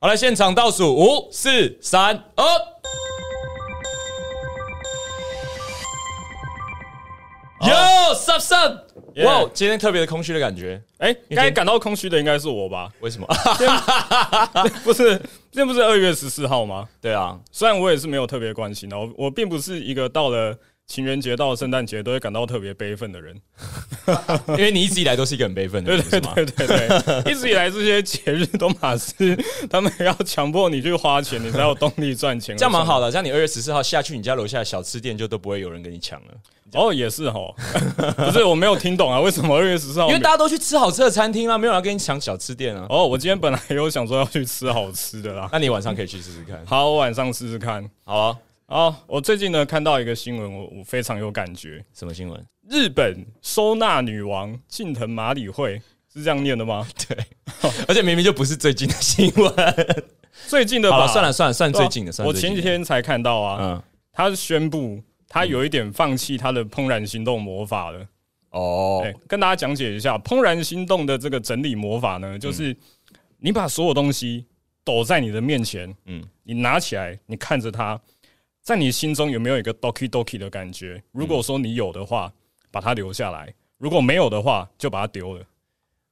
好了，现场倒数五、四、三、二。Yo, sub sub！ Yeah 哇，今天特别的空虚的感觉，哎，该感到空虚的应该是我吧？ 为什么？ 不是，这不是二月十四号吗？对啊，虽然我也是没有特别关心啊的，我我并不是一个到了情人节、到了圣诞节都会感到特别悲愤的 人。因为你一直以来都是一个很悲愤的对人， 对是吗对 对对，一直以来这些节日都马是他们要强迫你去花钱，你才有动力赚钱。这样蛮好的，这样你二月十四号下去你家楼下的小吃店就都不会有人跟你抢了，哦，也是哦， 不是我没有听懂啊，为什么二月十四号因没？为大家都去吃好吃的餐厅啦，没有人要跟你抢小吃店啊。哦，我今天本来有想说要去吃好吃的啦。那你晚上可以去试试看，好，我晚上试试看。好啊。哦，我最近呢看到一个新闻，我我非常有感觉。什么新闻？日本收纳女王近藤麻里惠是这样念 的吗？而且明明就不是最近的新 闻。最近的好吧，了，算了算了，算对啊最近的，算我最近前的几，天才看到啊，嗯，她宣布她有一点放弃她的怦然心动魔法了。哦哎、，跟大家讲解一下怦然心动的这个整理魔法嗯呢，就是你把所有东西抖在你的面前，嗯嗯，你拿起来，你看着它，在你心中有没有一个 doki doki 的感觉？嗯如果说你有的话，把它留下来；如果没有的话，就把它丢了。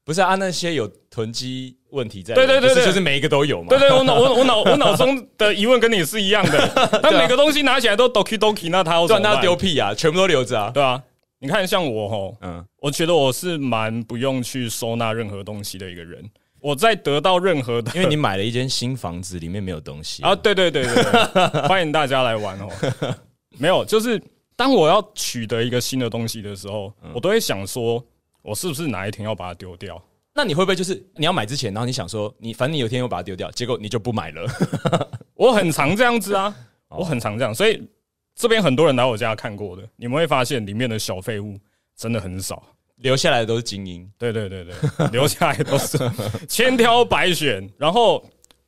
不是啊，那些有囤积问题在，对对不对是对就是每一个都有嘛。对对，我脑我我脑我脑中的疑问跟你是一 样的。那啊每个东西拿起来都 doki doki，那他要对怎啊，么那办要丢屁啊，全部都留着啊。对啊，你看像我吼，嗯，我觉得我是蛮不用去收纳任何东西的一个人。我在得到任何的，因为你买了一间新房子，里面没有东西 啊，啊。对对对对 对，欢迎大家来玩哦。没有，就是当我要取得一个新的东西的时候，嗯我都会想说，我是不是哪一天要把它丢掉？那你会不会就是你要买之前，然后你想说你反正你有一天又把它丢掉，结果你就不买了？我很常这样子啊，我很常这样，所以这边很多人来我家看过的，你们会发现里面的小废物真的很少。 留下来的都是精英。对对对对，留下来都是千挑百选。然后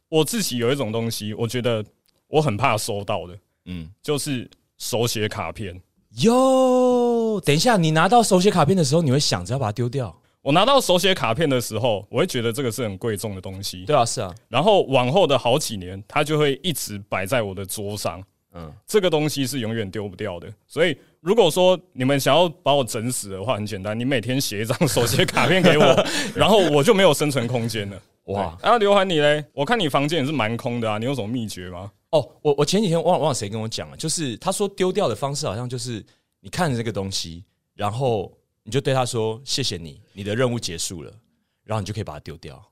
我自己有一种东西，我觉得我很怕收到的，嗯，就是手写卡片。哟，等一下，你拿到手写卡片的时候，你会想着要把它丢掉？我拿到手写卡片的时候，我会觉得这个是很贵重的东西。对啊，是啊，然后往后的好几年，它就会一直摆在我的桌上。嗯嗯，这个东西是永远丢不掉的。所以，如果说你们想要把我整死的话，很简单，你每天写一张手写卡片给 我，然后我就没有生存空间了。哇哇！啊，刘涵你嘞？我看你房间也是蛮空的啊，你有什么秘 诀吗？哦，我我前几天忘忘了谁跟我讲了，就是他说丢掉的方式好像就是你看着这个东西，然后你就对他说谢谢你，你的任务结束了，然后你就可以把它丢掉。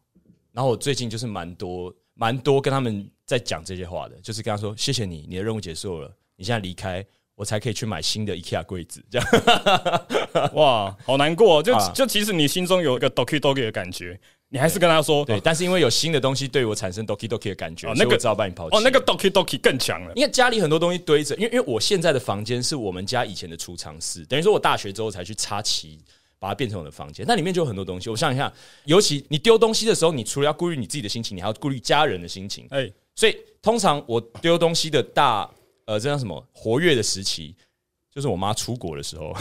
然后我最近就是蛮多蛮多跟他们在讲这些话的，就是跟他说谢谢你，你的任务结束了，你现在离开，我才可以去买新的 IKEA 柜子。这样哇，好难过、哦，就、啊就即使你心中有一个 doki doki 的感觉，你还是跟他 说，对，但是因为有新的东西对我产生 doki doki 的感觉，哦所以那个我只好把你抛弃。哦，那个 doki doki 更强了。因为家里很多东西堆着，因为因为我现在的房间是我们家以前的储藏室，等于说我大学之后才去插旗，把它变成我的房间。那里面就有很多东西。我想一下，尤其你丢东西的时候，你除了要顾虑你自己的心情，你还要顾虑家人的心情。哎、所以通常我丢东西的大呃，这叫什么活跃的时期，就是我妈出国的时候，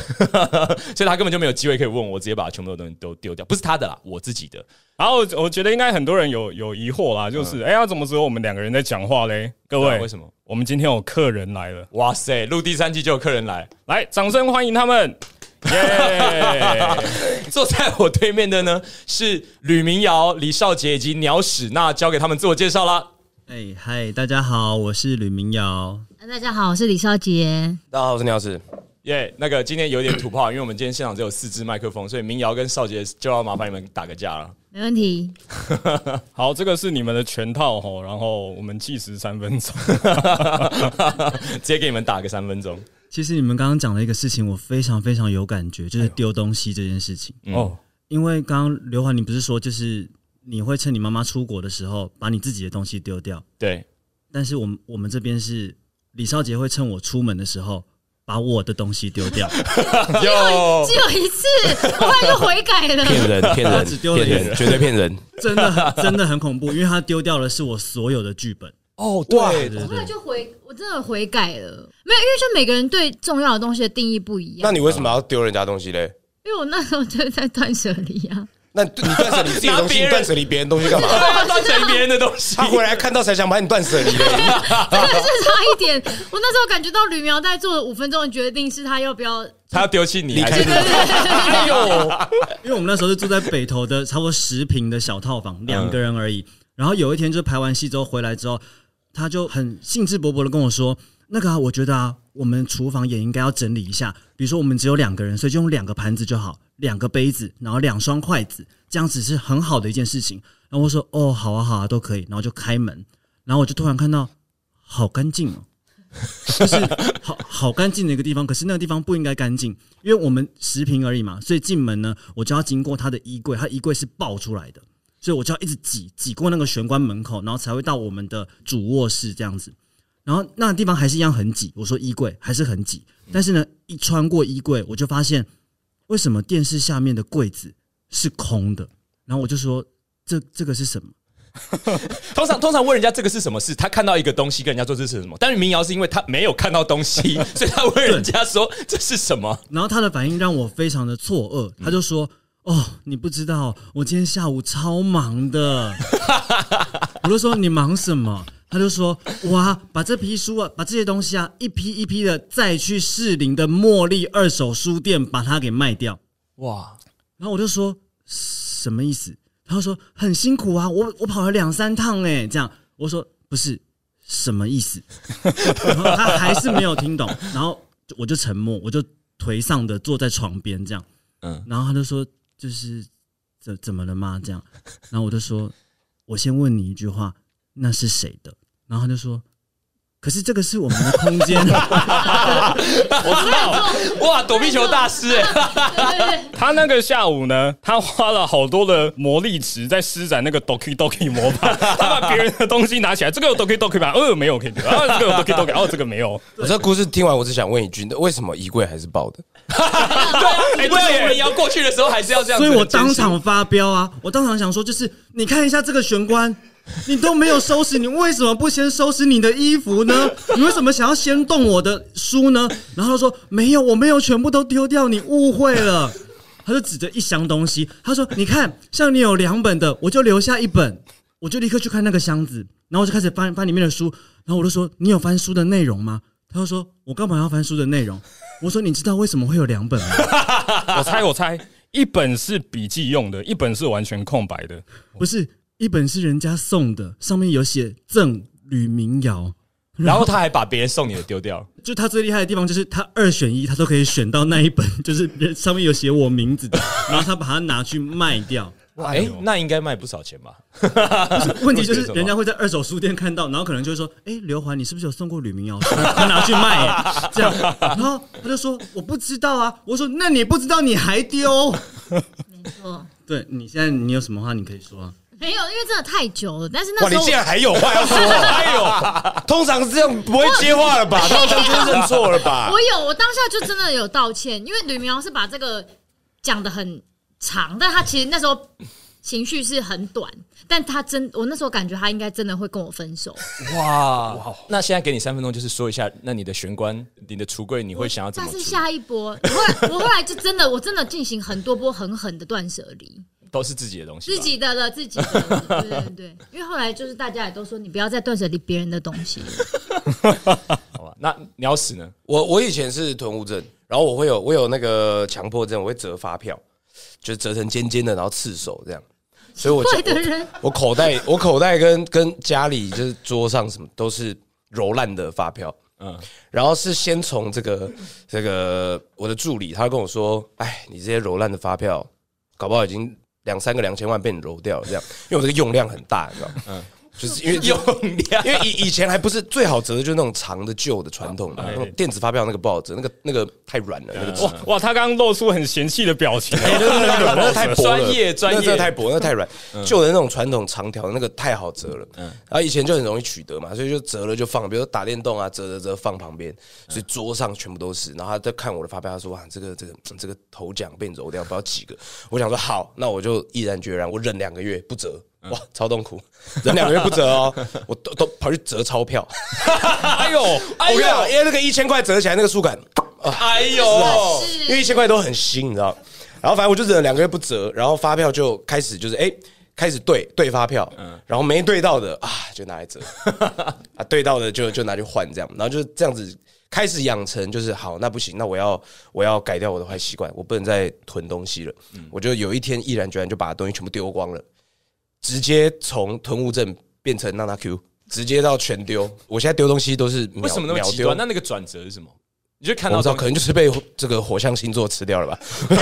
所以她根本就没有机会可以问我，直接把全部的东西都丢掉，不是她的啦，我自己的。然后我觉得应该很多人有有疑惑啦，就是哎呀，怎么只有我们两个人在讲话嘞？各不位，嗯啊为什么？我们今天有客人来了，哇塞，录第三季就有客人来，来，掌声欢迎他 们！耶！坐在我对面的呢是吕明瑶、李少杰以及鸟屎，那交给他们自我介绍啦。哎嗨，大家好，我是吕明瑶。啊大家好，我是李少杰。大家好，我是鸟屎。耶、那个今天有点土炮，因为我们今天现场只有四支麦克风，所以明瑶跟少杰就要麻烦你们打个架了。没问题，好，这个是你们的全套吼，然后我们计时三分钟。 直接给你们打个三分钟。其实你们刚刚讲的一个事情，我非常非常有感觉，就是丢东西这件事情。嗯哦，因为刚刚刘华，你不是说就是你会趁你妈妈出国的时候把你自己的东西丢掉，对，但是我们我们这边是李少杰会趁我出门的时候把我的东西丢掉，有只有一 次，我后来就悔改了。哦骗人，骗人，只丢了骗一人，个绝对骗人。真的很真的很恐怖，因为他丢掉的是我所有的剧本。哦，对，对后对来就悔，我真的悔改了。没有，因为就每个人对重要的东西的定义不一样。那你为什么要丢人家东西嘞？因为我那时候就在断舍离啊，那你你断舍离自己的东拿别西，人你断舍离别人的东西干嘛？断舍离别人的东西他回来看到才想把你断舍离的。但是差一点，我那时候感觉到吕苗在做了五分钟的决定是他要不要。 他要丢弃你，啊离还开是你哎呦，因为我们那时候是住在北投的差不多十平的小套房，两个人而已。然后有一天就排完戏之后回来之后，他就很兴致勃勃的跟我说：“那个、啊，我觉得啊，我们厨房也应该要整理一下。比如说我们只有两个人，所以就用两个盘子就好，两个杯子，然后两双筷子，这样子是很好的一件事情。”然后我说：“哦，好啊，好啊，都可以。”然后就开门，然后我就突然看到好干净哦。就是好好干净的一个地方，可是那个地方不应该干净，因为我们十平而已嘛，所以进门呢，我就要经过他的衣柜，他衣柜是爆出来的，所以我就要一直挤挤过那个玄关门口，然后才会到我们的主卧室这样子。然后那个地方还是一样很挤，我说衣柜还是很挤，但是呢，一穿过衣柜，我就发现为什么电视下面的柜子是空的，然后我就说这这个是什么？通常通常问人家这个是什么事，他看到一个东西跟人家说这是什么，但是民谣是因为他没有看到东西，所以他问人家说这是什么。然后他的反应让我非常的错愕，他就说：“哦，你不知道，我今天下午超忙的。”我就说：“你忙什么？”他就说：“哇，把这批书啊，把这些东西啊，一批一批的再去士林的茉莉二手书店把它给卖掉。”哇，然后我就说什么意思？他就说很辛苦啊，我我跑了两三趟哎、这样我说不是什么意思，然后他还是没有听懂，然后就我就沉默，我就颓丧的坐在床边这样，嗯嗯，然后他就说就是怎怎么了吗？这样，然后我就说我先问你一句话，那是谁的？然后他就说。可是这个是我们的空间，啊哇，躲避球大师哎、 对啊对对，他那个下午呢，他花了好多的魔力值在施展那个 doki doki 魔 法，他把别人的东西拿起来，这个有 doki doki 吧？呃，没有可以丢，啊，这个有 doki doki，哦，这个没有。我这故事听完，我只想问一句：那为什么衣柜还是爆的？对啊，哎、对对，我们要过去的时候还是要这样子所以很我艰辛，当场发飙啊！我当场想说，就是你看一下这个玄关，你都没有收拾，你为什么不先收拾你的衣服呢？ 你为什么想要先动我的书呢？然后他说没有，我没有全部都丢掉，你误会了。他就指着一箱东西，他说：“你看，像你有两本的，我就留下一本，我就立刻去看那个箱子，然后我就开始翻翻里面的书，然后我就说：你有翻书的内容吗？他就说：我干嘛要翻书的内容？我说：你知道为什么会有两本吗？我猜，我猜，一本是笔记用的，一本是完全空白的。不是一本是人家送的，上面有写赠吕明瑶。然后他还把别人送你的丢掉，就他最厉害的地方就是他二选一，他都可以选到那一本，就是人上面有写我名字的，然后他把它拿去卖掉。哎、那应该卖不少钱吧？问题就是人家会在二手书店看到，然后可能就会说：“哎、刘环，你是不是有送过吕明瑶？他拿去卖、耶这样。”然后他就说：“我不知道啊。”我说：“那你不知道你还丢没错，？”对你现在你有什么话你可以说、啊？ 没有，因为真的太久了。但是那哇，时你候竟然还有话要说、哎呦，通常是这样不会接话了吧？通常就是认错了吧？啊我有，我当下就真的有道歉，因为吕苗是把这个讲的很长，但他其实那时候情绪是很短，但他真，我那时候感觉他应该真的会跟我分手。哇哇！那现在给你三分钟，就是说一下，那你的玄关、你的橱柜，你会想要怎么但处是理？下一波，我后来我后来就真的，我 真的进行很多波狠狠的断舍离，都是自己的东西吧，自己的了，自己的了，对对对，因为后来就是大家也都说你不要再断舍离别人的东西了，好吧？那鸟屎呢？我我以前是囤物症，然后我会有我有那个强迫症，我会折发票，就是折成尖尖的，然后刺手这样。所以我对的人我口袋我口袋跟跟家里就是桌上什么都是揉烂的发票，嗯，然后是先从这个这个我的助理，他跟我说：“哎，你这些揉烂的发票，搞不好已经两三个两千万被你揉掉了。”这样，因为我这个用量很大，你知道吗？嗯，就是因为用量因为以以前还不是最好折的，就是那种长的旧的传统的、啊那种电子发票，那个不好折，那个那个太软了，那个嗯纸哇哇，他刚刚露出很嫌弃的表 情。啊哎，那个那个那个太薄了，专业专业嗯那个真的太薄，那个太软。旧的那种传统长条的那个太好折了，然后以前就很容易取得嘛，所以就折了就放，比如说打电动啊，折折折放旁嗯边，所以桌上全部都是。然后他在看我的发票，他说：“哇，这个这个这个头奖被你揉掉，不知道几个。”我想说好，那我就毅然决然，我忍两个月不折。嗯哇，超痛苦，忍两个月不折哦，我都都跑去折钞票。哎呦，哎我跟你讲，呦，啊因为那个一千块折起来那个触感，哎呦，真的是因为一千块都很新，你知道。然后反正我就忍了两个月不折，然后发票就开始就是哎、开始对对发票，嗯然后没对到的啊就拿来折，啊对到的就就拿去换这样，然后就这样子开始养成就是好那不行，那我要我要改掉我的坏习惯，我不能再囤东西了，嗯我就有一天毅然决然就把东西全部丢光了。直接从囤物症变成娜娜 Q，直接到全丢。我现在丢东西都是秒为什么那么秒极丢端？？那那个转折是什么？你就看我到不知道，东可能就是被这个火象星座吃掉了吧。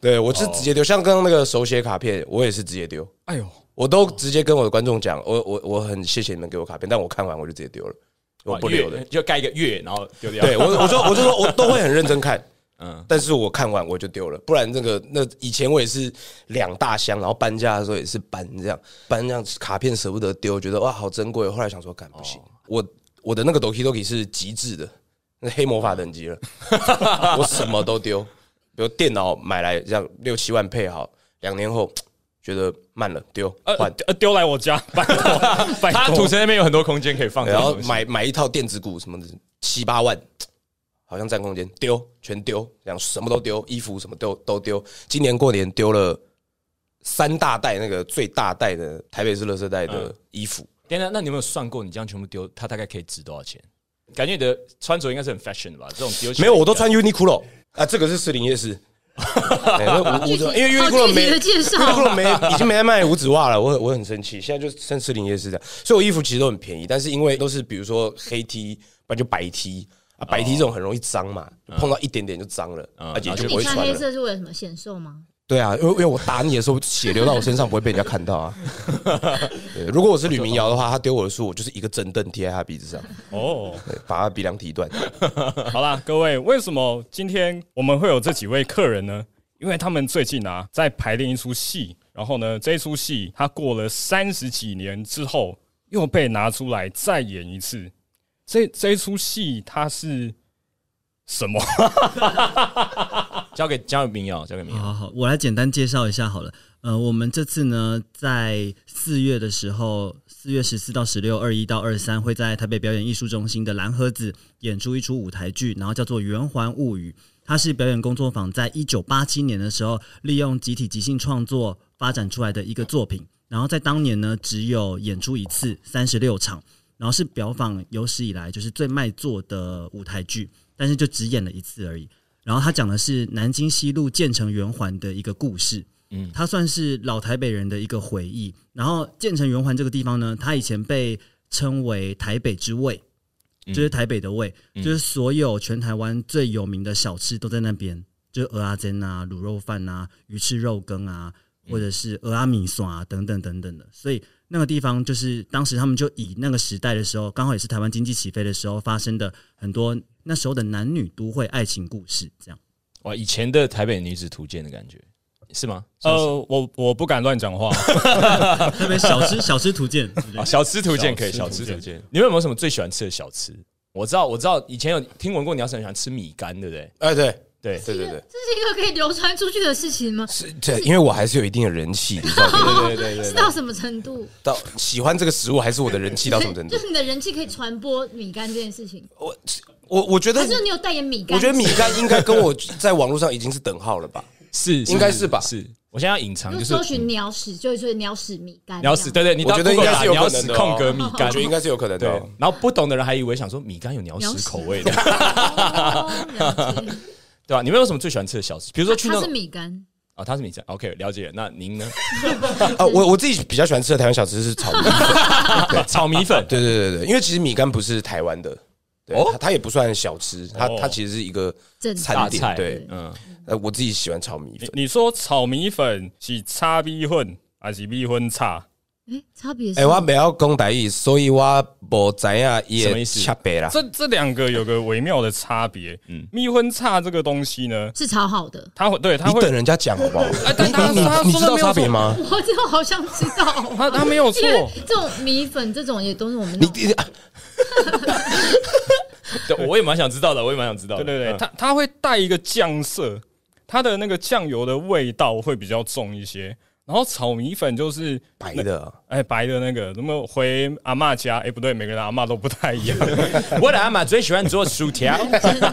对，我是直接丢，像刚刚那个手写卡片，我也是直接丢，哎啊呦，我都直接跟我的观众讲，我我我很谢谢你们给我卡片，但我看完我就直接丢了，我哇不留的月。就盖一个月，然后丢掉。对我，我就我就说，我都会很认真看，嗯嗯，但是我看完我就丢了，不然那个那以前我也是两大箱，然后搬家的时候也是搬这样搬这样卡片舍不得丢，觉得哇好珍贵，后来想说干不行，我我的那个 Doki Doki 是极致的，那黑魔法等级了，我什么都丢，比如电脑买来这样六七万配好，两年后觉得慢了丢呃换。呃丢来我家，拜托拜他托土，城那边有很多空间可以放这然种后东西，买买一套电子鼓什么的，七八万，好像占空间，丢全丢，这样什么都丢，衣服什么都都丢。今年过年丢了三大袋那个最大袋的台北市垃圾袋嗯的衣服，等等，那你有没有算过，你这样全部丢，它大概可以值多少钱？感觉你的穿着应该是很 fashion 的吧？这种丢起来没有，我都穿 Uniqlo 啊，这个是士林 夜市。哎那五五折因为好 Uniqlo 具体没的 介绍 Uniqlo 没已经没在卖五指袜了，我我很生气。现在就剩士林夜市这样，所以我衣服其实都很便宜，但是因为都是比如说黑 T，不然就白 T 啊，白 T 这种很容易脏嘛，碰到一点点就脏了，嗯而且然后就就不你会穿穿黑了。色是为了什么显瘦吗？对啊，因为因为我打你的时候，血流到我身上不会被人家看到啊。对如果我是吕明瑶的话，他丢我的书，我就是一个正蹬贴在他鼻子上，哦。对把他鼻梁踢断。好啦，各位，为什么今天我们会有这几位客人呢？因为他们最近啊在排练一出戏，然后呢，这一出戏它过了三十几年之后又被拿出来再演一次。这这一出戏它是什么？交给交给民谣，交给民好谣。好好，呃我来简单介绍一下好了。呃，我们这次呢，在四月的时候，四月十四到十六、二一到二三，会在台北表演艺术中心的蓝盒子演出一出舞台剧，然后叫做《圆环物语》。它是表演工作坊在一九八七年的时候，利用集体即兴创作发展出来的一个作品。然后在当年呢，只有演出一次，三十六场，然后是表坊有史以来就是最卖座的舞台剧，但是就只演了一次而已。然后他讲的是南京西路建成圆环的一个故事。嗯，它算是老台北人的一个回忆。然后建成圆环这个地方呢，它以前被称为台北之味，就是台北的味，就是所有全台湾最有名的小吃都在那边，就是鹅阿珍啊、卤肉饭啊、鱼翅肉羹啊，或者是鹅阿米耍啊等等等等的。所以那个地方就是当时他们就以那个时代的时候，刚好也是台湾经济起飞的时候发生的很多那时候的男女都会爱情故事，这样。哇，以前的台北女子图鉴的感觉是吗？呃，呃，我我不敢乱讲话。特别小 吃小吃图鉴，对不对啊小吃图鉴可以，小小吃吃图图鉴。你们有没有什么最喜欢吃的小吃？我知道，我知道，以前有听闻过你要是很喜欢吃米干，对不对？哎，对对对对对。这是一个可以流传出去的事情吗？是对，因为我还是有一定的人气，你知道吗？对对对 是到什么程度？到喜欢这个食物还是我的人气到什么程度就？是你的人气可以传播米干这件事情，我我我觉得还，是你有代言米干？我觉得米干应该跟我在网络上已经是等号了吧？是应该是吧是我现在要隐藏，如就果是搜寻鸟屎，就会说鸟屎米干。你要死，对对，你我到觉得 Google 应该打是有鸟可屎能的哦空格米我干觉，得应该是有可能的对哦。。然后不懂的人还以为想说米干有 鸟屎口味的，哦。了解对吧？你们有什么最喜欢吃的小吃？比如说去那它是种米干，啊，他是米干，OK，了解了。那您呢？啊，我我自己比较喜欢吃的台湾小吃是炒米 粉。炒米 粉，对对对对，因为其实米干不是台湾的，对哦，它它也不算小吃，它哦它其实是一个正大餐菜，点。对，嗯，呃，我自己喜欢炒米粉你。你说炒米粉是叉逼混还是逼混叉？哎，差别是哎，我不要讲台语，所以我不知道什也么意思恰白啦。这这两个有个微妙的差别。嗯，蜜婚叉这个东西呢，是炒好的，它会对它你会等人家讲好不好？啊但他你你他你你说知的道没有差别吗？我就好像知道，他他没有错因为这种米粉这种也都是我们那你种你啊对，我也蛮想知道的，我也蛮想知道的。对对对，嗯它它会带一个酱色，它的那个酱油的味道会比较重一些。然后炒米粉就是白的啊，哎白的那个，那么回阿嬷家，哎不对，每个人阿嬷都不太一样。 嗯我的阿妈最喜欢做薯 条，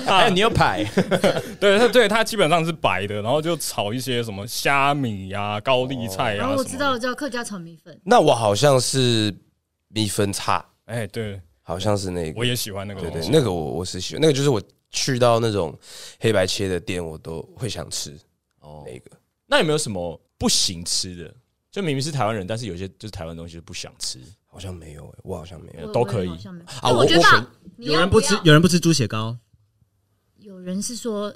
还有牛排。对，它对它基本上是白的，然后就炒一些什么虾米呀、高丽菜呀、哦然啊后我什知么道，的。我知道客家炒米粉，那我好像是米粉叉，哎，对，好像是那我个，也喜欢那个对东对，西。那个我哦我是喜欢，那个就是我去到那种黑白切的店，我都会想吃哦，那个。那有没有什么不行吃的？就明明是台湾人，但是有些就是台湾东西就不想吃。好像没有、欸，我好像没有。我都我也可以好像没有啊但我我觉得我吧你有要人不吃要，有人不吃猪血糕，有人是说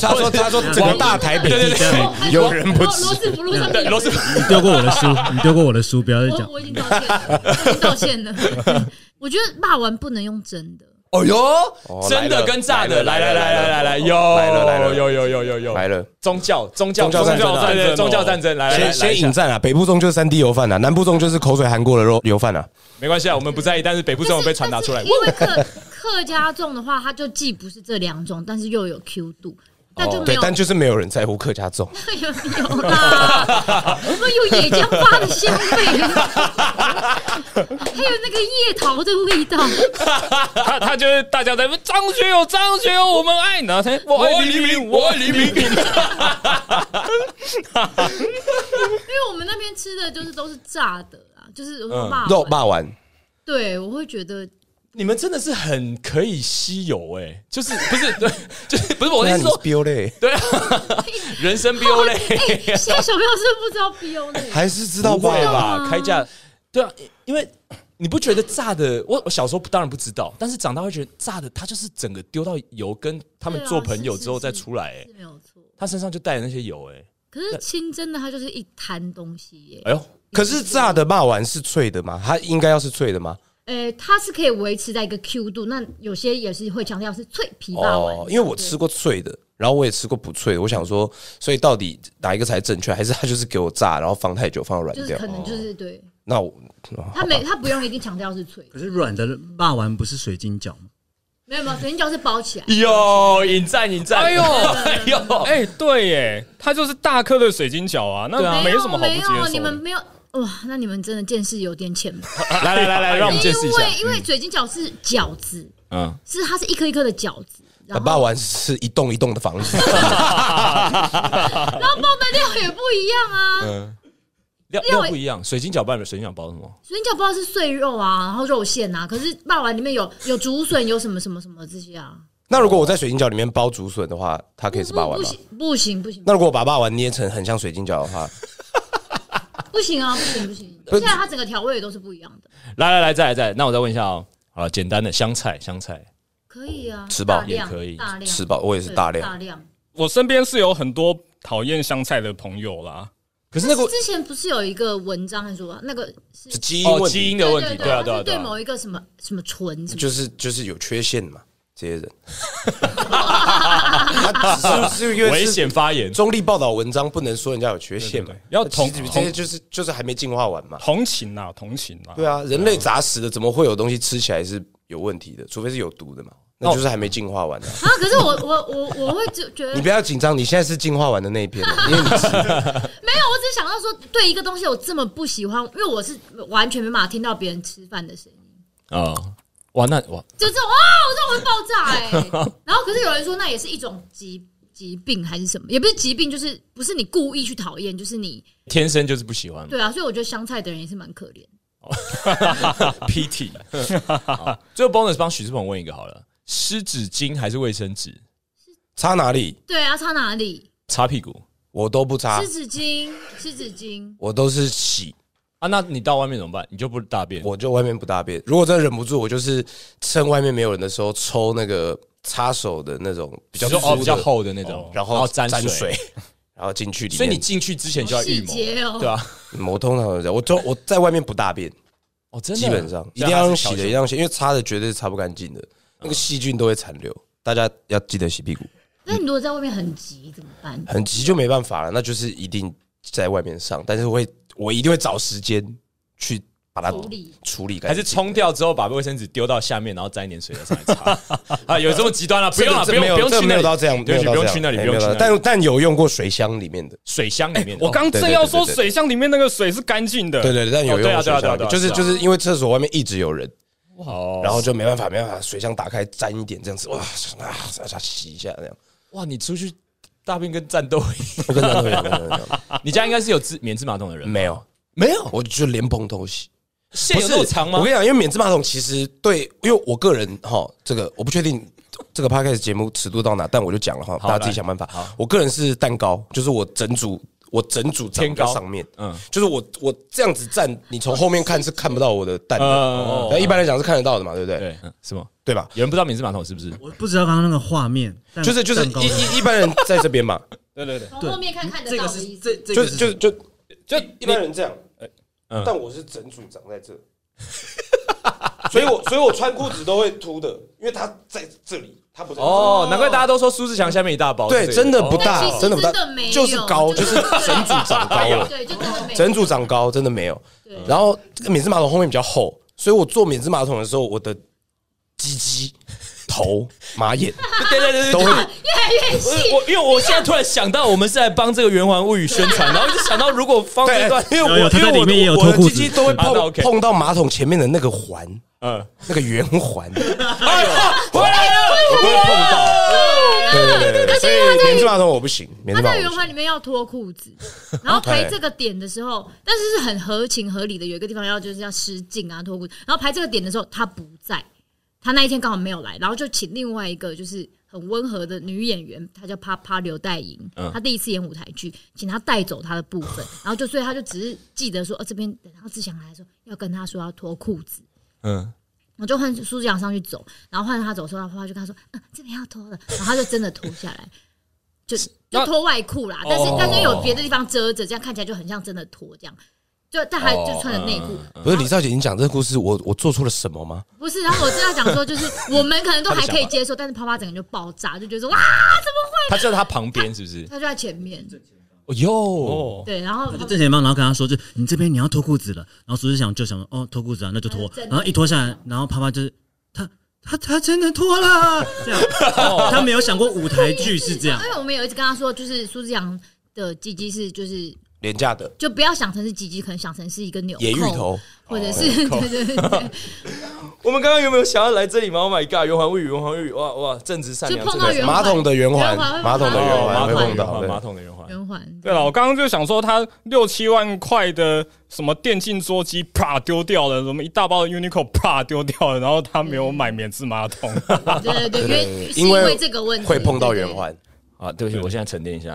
他说他说整个大台北对对地对区哦有人不罗吃罗斯福路上面有罗斯人你丢过我的书，你丢过我的书，不要再我讲。哦我已经道歉了，我已经道歉了。我觉得骂完不能用真的，哦哦哟，真来的了跟炸的，来来了哦来来来来来，有来了来了有有有有有来了，宗教宗教宗教战争啊对对对宗宗教教战战争，来来来先来先一下引，战啊，北部粽就是三 D 油饭啊，南部粽就是口水含过的肉油饭啊。没关系啊，我们不在意，但是北部但粽是有被传达出来但是。因为客客家粽的话，它就既不是这两种，但是又有 Q 度，那哦就没对，有但就是没有人在乎客家粽。有 有啦，我们有野姜花的香味，啊 还有那个叶桃的味道。他他就是大家在问张学友，张学友，我们爱你，然后他我爱黎明，我爱黎明。因为我们那边吃的就是都是炸的啦，就是有嗯骂肉霸丸，对，我会觉 得你们真的是很可以稀有哎，就是不是对，就是不是我那是你是说标嘞，对啊，人生 B O 类哎，现在小朋友是不是不知道 B O 类，还是知道不吧会？啊吗吧？开价对啊，因为你不觉得炸的？我我小时候当然不知道，但是长大会觉得炸的，它就是整个丢到油跟他们对啊做朋友是是之后再是出来、欸是，没有错。他身上就带了那些油、欸，可是清蒸的它就是一滩东西耶，哎，哎呦，可是炸的霸丸是脆的吗？它应该要是脆的吗？呃，它是可以维持在一个 Q 度，那有些也是会强调是脆皮霸丸，哦因为我吃过脆的，然后我也吃过不脆的。我想说，所以到底哪一个才正确？还是它就是给我炸，然后放太久，放到软就是掉可？能就是对，那我它没它不用一定强调是脆，可是软的霸丸不是水晶饺吗？没有没有，水晶饺是包起来，有引战引战，哎呦哎呦，哎，对耶，他就是大颗的水晶饺啊，那对啊没什么好不没接有没有，受你们的。没有哇，那你们真的见识有点浅薄，来来来 来，让我们见因识一下，为因为水晶饺是饺子，嗯，是它是一颗一颗的饺子。然后霸丸是一栋一栋的房子， 然后包的料也不一样啊，料因为料不一样，水晶饺拌的水晶饺包什么？水晶饺包的是碎肉啊，然后肉馅啊，可是霸丸里面有有竹笋，有什么什么什么这些啊，那如果我在水晶饺里面包竹笋的话，它可以是霸不丸不吗？行不行不行那如果我把霸丸捏成很像水晶饺的话，不行啊不行不行，是而且它整个调味也都是不一样的，来来来，再来再来，那我再问一下哦，好了，简单的香菜香菜，可以啊，吃饱大量也可以大量吃饱我也是对大大量。量。我身边是有很多讨厌香菜的朋友啦，可是那那 个个之前不是有一个文章还说那个是是基因哦问基题，因的问题，对啊对对它啊是对对啊，某一个什么什么 醇什么，就是就是有缺陷嘛，这些人。 他只是是因为危是险发言，中立报道文章不能说人家有缺陷嘛对对对，要同其实这些就是就是还没进化完嘛。同情啊，同情啊。对啊，人类杂食的怎么会有东西吃起来是有问题的？除非是有毒的哦嘛，那就是还没进化完的。啊，可是我我我我会就觉得 你不要紧张，你现在是进化完的那一 篇了，因为你吃没有，我只是想到说，对一个东西我这么不喜欢，因为我是完全没办法听到别人吃饭的声音，啊，哇那哇就是哇，我这种会爆炸哎、 然后可是有人说，那也是一种疾疾病还是什么，也不是疾病，就是不是你故意去讨厌，就是你天生就是不喜欢嘛对啊，所以我觉得香菜的人也是蛮可怜。 PT。好最后 bonus 帮许志鹏问一个好了：湿纸巾还是卫生纸？擦哪里对啊，擦哪里？擦屁股我都不擦湿，纸巾，湿纸巾。我都是洗，啊？那你到外面怎么办？你就不大便？我就外面不大便。如果真的忍不住，我就是趁外面没有人的时候抽那个擦手的那种比比较较哦粗比较的，哦厚的那种，然后沾沾水，， 然后进去里面。所以你进去之前就要预好谋细节哦，对啊，嗯我通常都这样，我就我在外面不大便。哦真的基本上一定要用洗的，一定要用洗，因为擦的绝对是擦不干净的，那个细菌都会残留。大家要记得洗屁股，那你如果在外面很急怎么办？很急就没办法了，那就是一定在外面上，但是会我一定会找时间去把它处理处理干还净是冲掉之后把卫生纸丢到下面，然后沾一点水再上来擦 啊？有这么极端啊？不用了，这不用，个没有不用这个去那没有里，到这样，对不没有起，到不用这去那里，样不用哎去没那有里到。但但有用过水箱里面的，水箱里面的，我刚正要说对对对对对水箱里面那个水是干净的，对对，对但有哦用对啊过水箱对啊对啊对啊就是对啊就是因为厕所外面一直有人，哇然后就没办法没办法，水箱打开沾一点这样子，哇啊啊洗一下这样，哇，你出去大便跟战斗一样，跟男朋友跟男朋友你家应该是有自免治马桶的人吧，没有没有，我就连蓬头洗。线有那么长吗我跟？你讲，因为免治马桶其实对，因为我个人哈，这个我不确定这个 podcast 节目尺度到哪，但我就讲了哈，好大家自己来想办法。我个人是蛋糕，就是我整组我整组长天在高上面，嗯嗯，就是我我这样子站，你从后面看是看不到我的蛋的，呃哦那一般来讲是看得到的嘛，对不对？对，嗯什么？对吧？有人不知道免治马桶是不是？我不知道刚刚那个画面，但就是就是蛋糕一一一般人在 这边嘛，对对对，从对后面看看得这到个的是意这思。这就个是就就就一般人这样，嗯但我是整组长在这，所以我所以我穿裤子都会凸的，因为它在这里，它不在这里哦，难怪大家都说苏志强下面一大包是这对，个，真的不哦大但其，实真的不大真的没，有就是高，就是整组长高了，对，就真的没有整组长高真的没有。然后这个免治马桶后面比较厚，所以我坐免治马桶的时候，我的鸡鸡、头、马眼哦对对对都对会对。我我因为我现在突然想到，我们是来帮这个圆环物语宣传，然后就想到如果放这段，对，因为有有我他因在为里我面也有的脱我的裤鸡子鸡都会啊那碰 OK 碰到马桶前面的那个环，嗯，那个圆环，哎呦，回来了，我都会碰到。对对对对，所以免治马桶我不行，免他治马在桶圆我不行环里面要脱裤子，然后 排这个点的时候，但是是很合情合理的。有一个地方要就是要失禁啊，脱裤子。然后排这个点的时候，他不在，他那一天刚好没有来，然后就请另外一个就是很温和的女演员，她叫啪啪刘黛莹，嗯她第一次演舞台剧，请她带走她的部 分，然后就所以她就只是记得说，呃，这边等到志祥来的时候，要跟他说要脱裤子。嗯，我就换苏志阳上去走，然后换他走的时候，他就跟他说：“嗯，这边要脱了。”然后他就真的脱下来，就就脱外裤啦，但是哦但是有别的地方遮着，这样看起来就很像真的脱这样。就但还哦就穿着内裤，不是李少姐，你讲这个故事，我我做错了什么吗？ 不是。然后我正要讲说， 就是我们可能都还可以接受，但是啪啪整个就爆炸，就觉得嗯说哇，他就在他旁边，是不是？他就在前面，哦哟，对，然后正前方，然后跟他说，就你这边你要脱裤子了，然后苏志祥就想说，哦，脱裤子啊，那就脱嗯真，的然后一脱下来，然后啪啪就是他他他真的脱了，这样，他没有想过舞台剧是 这样因，为我们有一直跟他说，就是苏志阳的鸡鸡是就是廉价的就不要想成是鸡鸡，可能想成是一个纽野芋扣，头，或者是对对对 对，我们刚刚有没有想要来这里吗？Oh my god！圆环物语，圆环物语，哇哇，正直善良，就碰到这个圆环马桶的圆环圆环会碰，马桶的圆哦环马会桶碰的圆到。环，对马桶的圆环，圆环对了，我刚刚就想说，他六七万块的什么电竞桌机，啪丢掉了，什么一大包的 Uniqlo，啪丢掉了，然后他没有买免治马桶，对对对，因因为是为因为这个问题会碰到圆，环，啊，对不起，我现在沉淀一下，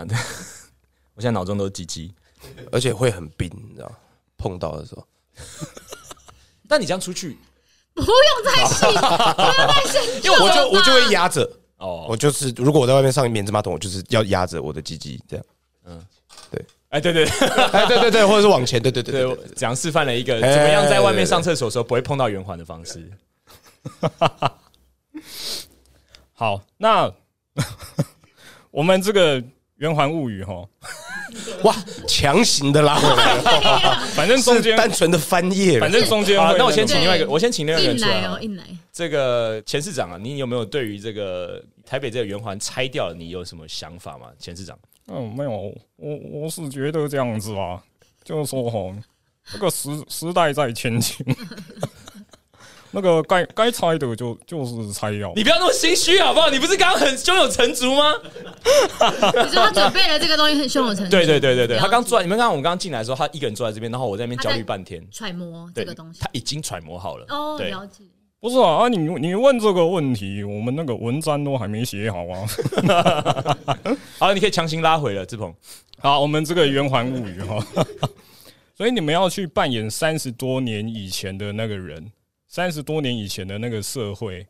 我现在脑中都是鸡鸡。而且会很冰，你知道吗？碰到的时候，但你这样出去，对对对不用再细，不要再细， 我就我就会痒。压着，哦，我就是如果我在外面上免治马桶，我就是要压着我的鸡鸡这样。哎，对对对哎， 对对对，或者是往前，对对对对对对，对，这样示范了一个怎么样在外面上厕所的时候不会碰到圆环的方 式。好，那 我们这个圆环物语哈，哇，强行的拉回来 了，反正中是间，单纯的翻页了，反正中间好会，，那我先对请另外一个，我先请另外一个人硬出来来好了哦，。硬来！这个前市长啊，你有没有对于这个台北这个圆环拆掉了，你有什么想法吗？前市长，嗯，没有，我我是觉得这样子啊，就是说哈，这个时时代在前进， 那个该该拆的就就是拆掉，你不要那么心虚好不好？你不是刚刚很胸有成竹吗？你说他准备了这个东西很胸有成竹，对对对对对，他刚拽坐在，你们刚刚我们刚刚进来的时候，他一个人坐在这边，然后我在那边焦虑半天。揣摩对这个东，西他，已经揣摩好了。哦，对，了解。不是啊，啊你你问这个问题，我们那个文章都还没写好啊。 好，你可以强行拉回了，志鹏。好，我们这个圆环物语哈， 所以你们要去扮演三十多年以前的那个人，三十多年以前的那个社会。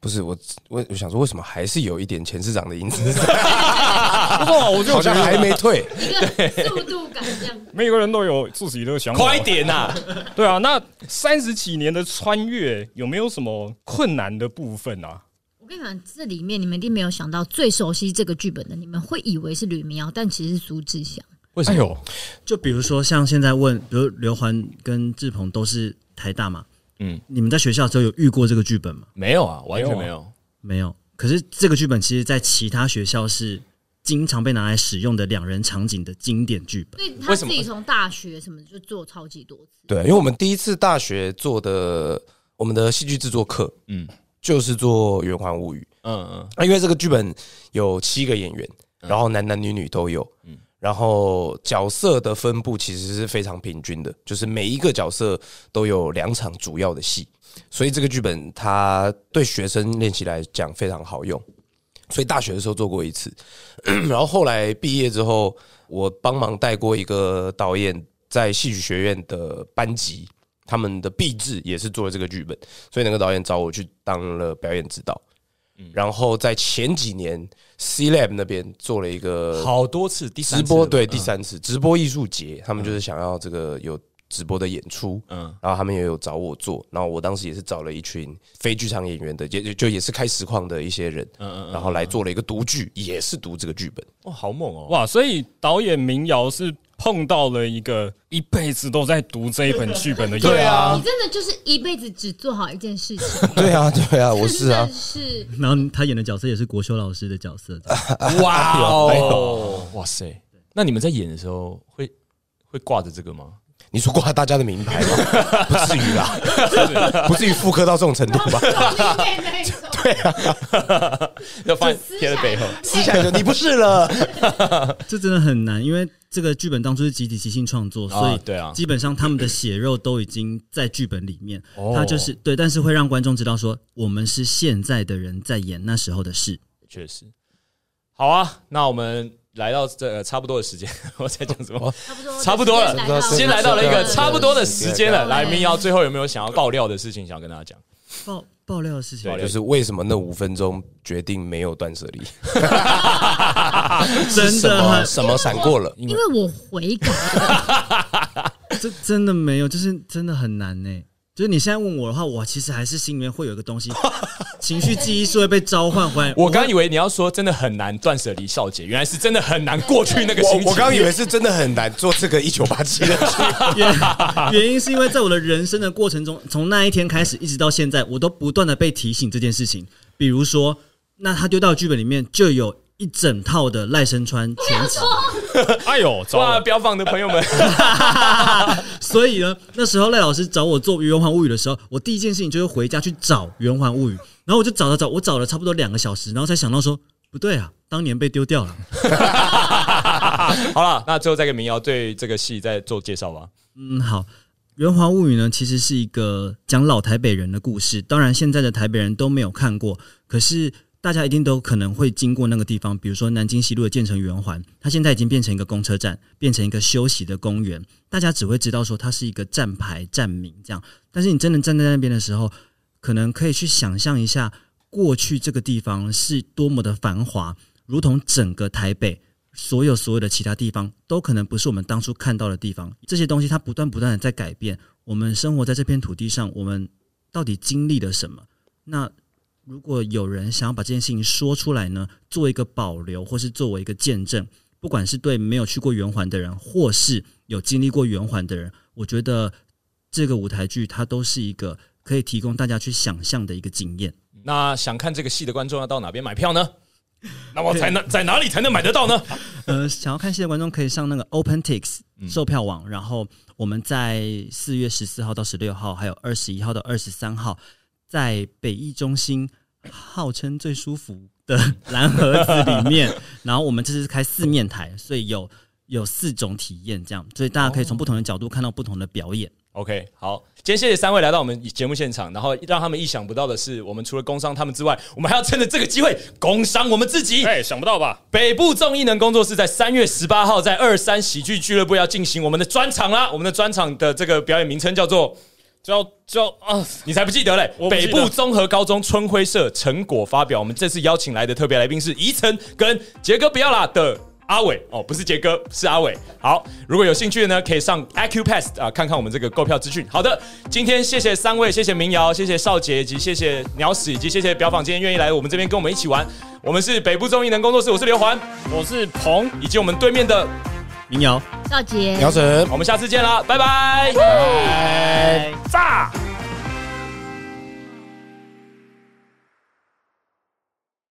不是我我我想说，为什么还是有一点前市长的影子， 不是啊，我就觉好像得还没退，一个速度感这样，每个人都有自己的想法。快！点呐！对啊，那三十几年的穿越有没有什么困难的部分啊？我跟你讲，这里面你们一定没有想到，最熟悉这个剧本的，你们会以为是吕明瑶，但其实是苏志祥。为什么？呦，就比如说像现在问，比如刘环跟志鹏都是台大嘛，嗯嗯，你们在学校的时候有遇过这个剧本吗？ 没有啊，完全没没有有。没有。可是这个剧本其实在其他学校是经常被拿来使用的两人场景的经典剧本。所以他为什自么己从大学什么的就做超级多次，对，因为我们第一次大学做的我们的戏剧制作课，嗯嗯，就是做《圆环物语》。嗯嗯，啊，因为这个剧本有七个演员，然后男男女女都有，嗯，然后角色的分布其实是非常平均的，就是每一个角色都有两场主要的戏，所以这个剧本它对学生练习来讲非常好用，所以大学的时候做过一次， 然后后来毕业之后，我帮忙带过一个导演在戏剧学院的班级。他们的毕制也是做了这个剧本，所以那个导演找我去当了表演指导。然后在前几年 C Lab 那边做了一个好多次第三直次播，对嗯第三次直播艺术节，他们就是想要这个有直播的演出，嗯嗯，然后他们也有找我做，然后我当时也是找了一群非剧场演员的，也就也是开实况的一些人，嗯嗯嗯，然后来做了一个读剧，也是读这个剧本，哇，好猛哦！哇！所以导演民谣是碰到了一个一辈子都在读这一本剧本的演员，对啊你，真的就是一辈子只做好一件事情， 对啊，对啊，我是啊真的，是然后他演的角色也是国修老师的角色，哇 哎哦，哇塞！那你们在演的时候会会挂着这个吗？你说挂大家的名牌吗？ 不至于啦，不至于复刻到这种程度吧？那种，对，要放撕贴在下背后，来私下就你不是了，这真的很难，因为这个剧本当初是集体即兴创作，所以对啊基本上他们的血肉都已经在剧本里面哦。他就是对，但是会让观众知道说，我们是现在的人在演那时候的事。 确实。好啊，那我们来到这、呃差不多的时间， 我在讲什哦么？差不多，差不多了时时间间来到了一个对差不多的时间了。对来，民谣最后有没有想要爆料的事情想要跟大家讲？爆爆料的事情对，就是为什么那五分钟决定没有断舍离？ 真什的么很什么闪过了？因为我悔改，这真的没有，就是真的很难呢、就是你现在问我的话，我其实还是心里面会有一 个东西，情绪记忆是会被召唤回来。我刚以为你要说真的很难断舍离少姐，原来是真的很难过去那个心情。我刚以为是真的很难做这个一九八七的剧，原 原因是因为在我的人生的过程中，从那一天开始一直到现在，我都不断的被提醒这件事情。比如说，那他丢到剧本里面就有一整套的赖声川全集，哎呦，糟哇，了！标榜的朋友们，所以呢，那时候赖老师找我做《圆环物语》的时候，我第一件事情就是回家去找《圆环物语》，然后我就找了找，我找了差不多两个小时，然后才想到说，不对啊，当年被丢掉了。 好了，那最后再给民谣对这个戏再做介绍吧。嗯，好。《圆环物语》呢，其实是一个讲老台北人的故事。当然，现在的台北人都没有看过，可是大家一定都可能会经过那个地方，比如说南京西路的建成圆环，它现在已经变成一个公车站，变成一个休息的公园。大家只会知道说它是一个站牌、站名这样，但是你真的站在那边的时候，可能可以去想象一下，过去这个地方是多么的繁华，如同整个台北所有所有的其他地方都可能不是我们当初看到的地方。这些东西它不断不断的在改变。我们生活在这片土地上，我们到底经历了什么？那如果有人想要把这件事情说出来呢，做一个保留，或是作为一个见证，不管是对没有去过圆环的人，或是有经历过圆环的人，我觉得这个舞台剧它都是一个可以提供大家去想象的一个经验。那想看这个戏的观众要到哪边买票呢？那我才能在哪里才能买得到呢？呃，想要看戏的观众可以上那个 OpenTix 售票网，然后我们在四月十四号到十六号，还有二十一号到二十三号，在北艺中心号称最舒服的蓝盒子里面，然后我们这次是开四面台，所以有有四种体验，这样，所以大家可以从不同的角度看到不同的表演。 OK，好，今天谢谢三位来到我们节目现场，然后让他们意想不到的是，我们除了工商他们之外，我们还要趁着这个机会工商我们自己。哎，想不到吧？北部众艺能工作室在三月十八号在二三喜剧俱乐部要进行我们的专场啦，我们的专场的这个表演名称叫做叫叫啊！你才不记得嘞！我不北记得部综合高中春晖社成果发表，我们这次邀请来的特别来宾是宜晨跟杰哥不要啦的阿伟哦，不是杰哥，是阿伟。好，如果有兴趣的呢，可以上 Acupass 啊、看看我们这个购票资讯。好的，今天谢谢三位，谢谢民谣，谢谢少杰，以及谢谢鸟屎，以及谢谢表坊今天愿意来我们这边跟我们一起玩。我们是北部综艺能工作室，我是刘环，我是彭，以及我们对面的民谣。赵杰，姚晨。我们下次见啦，拜拜。拜。炸！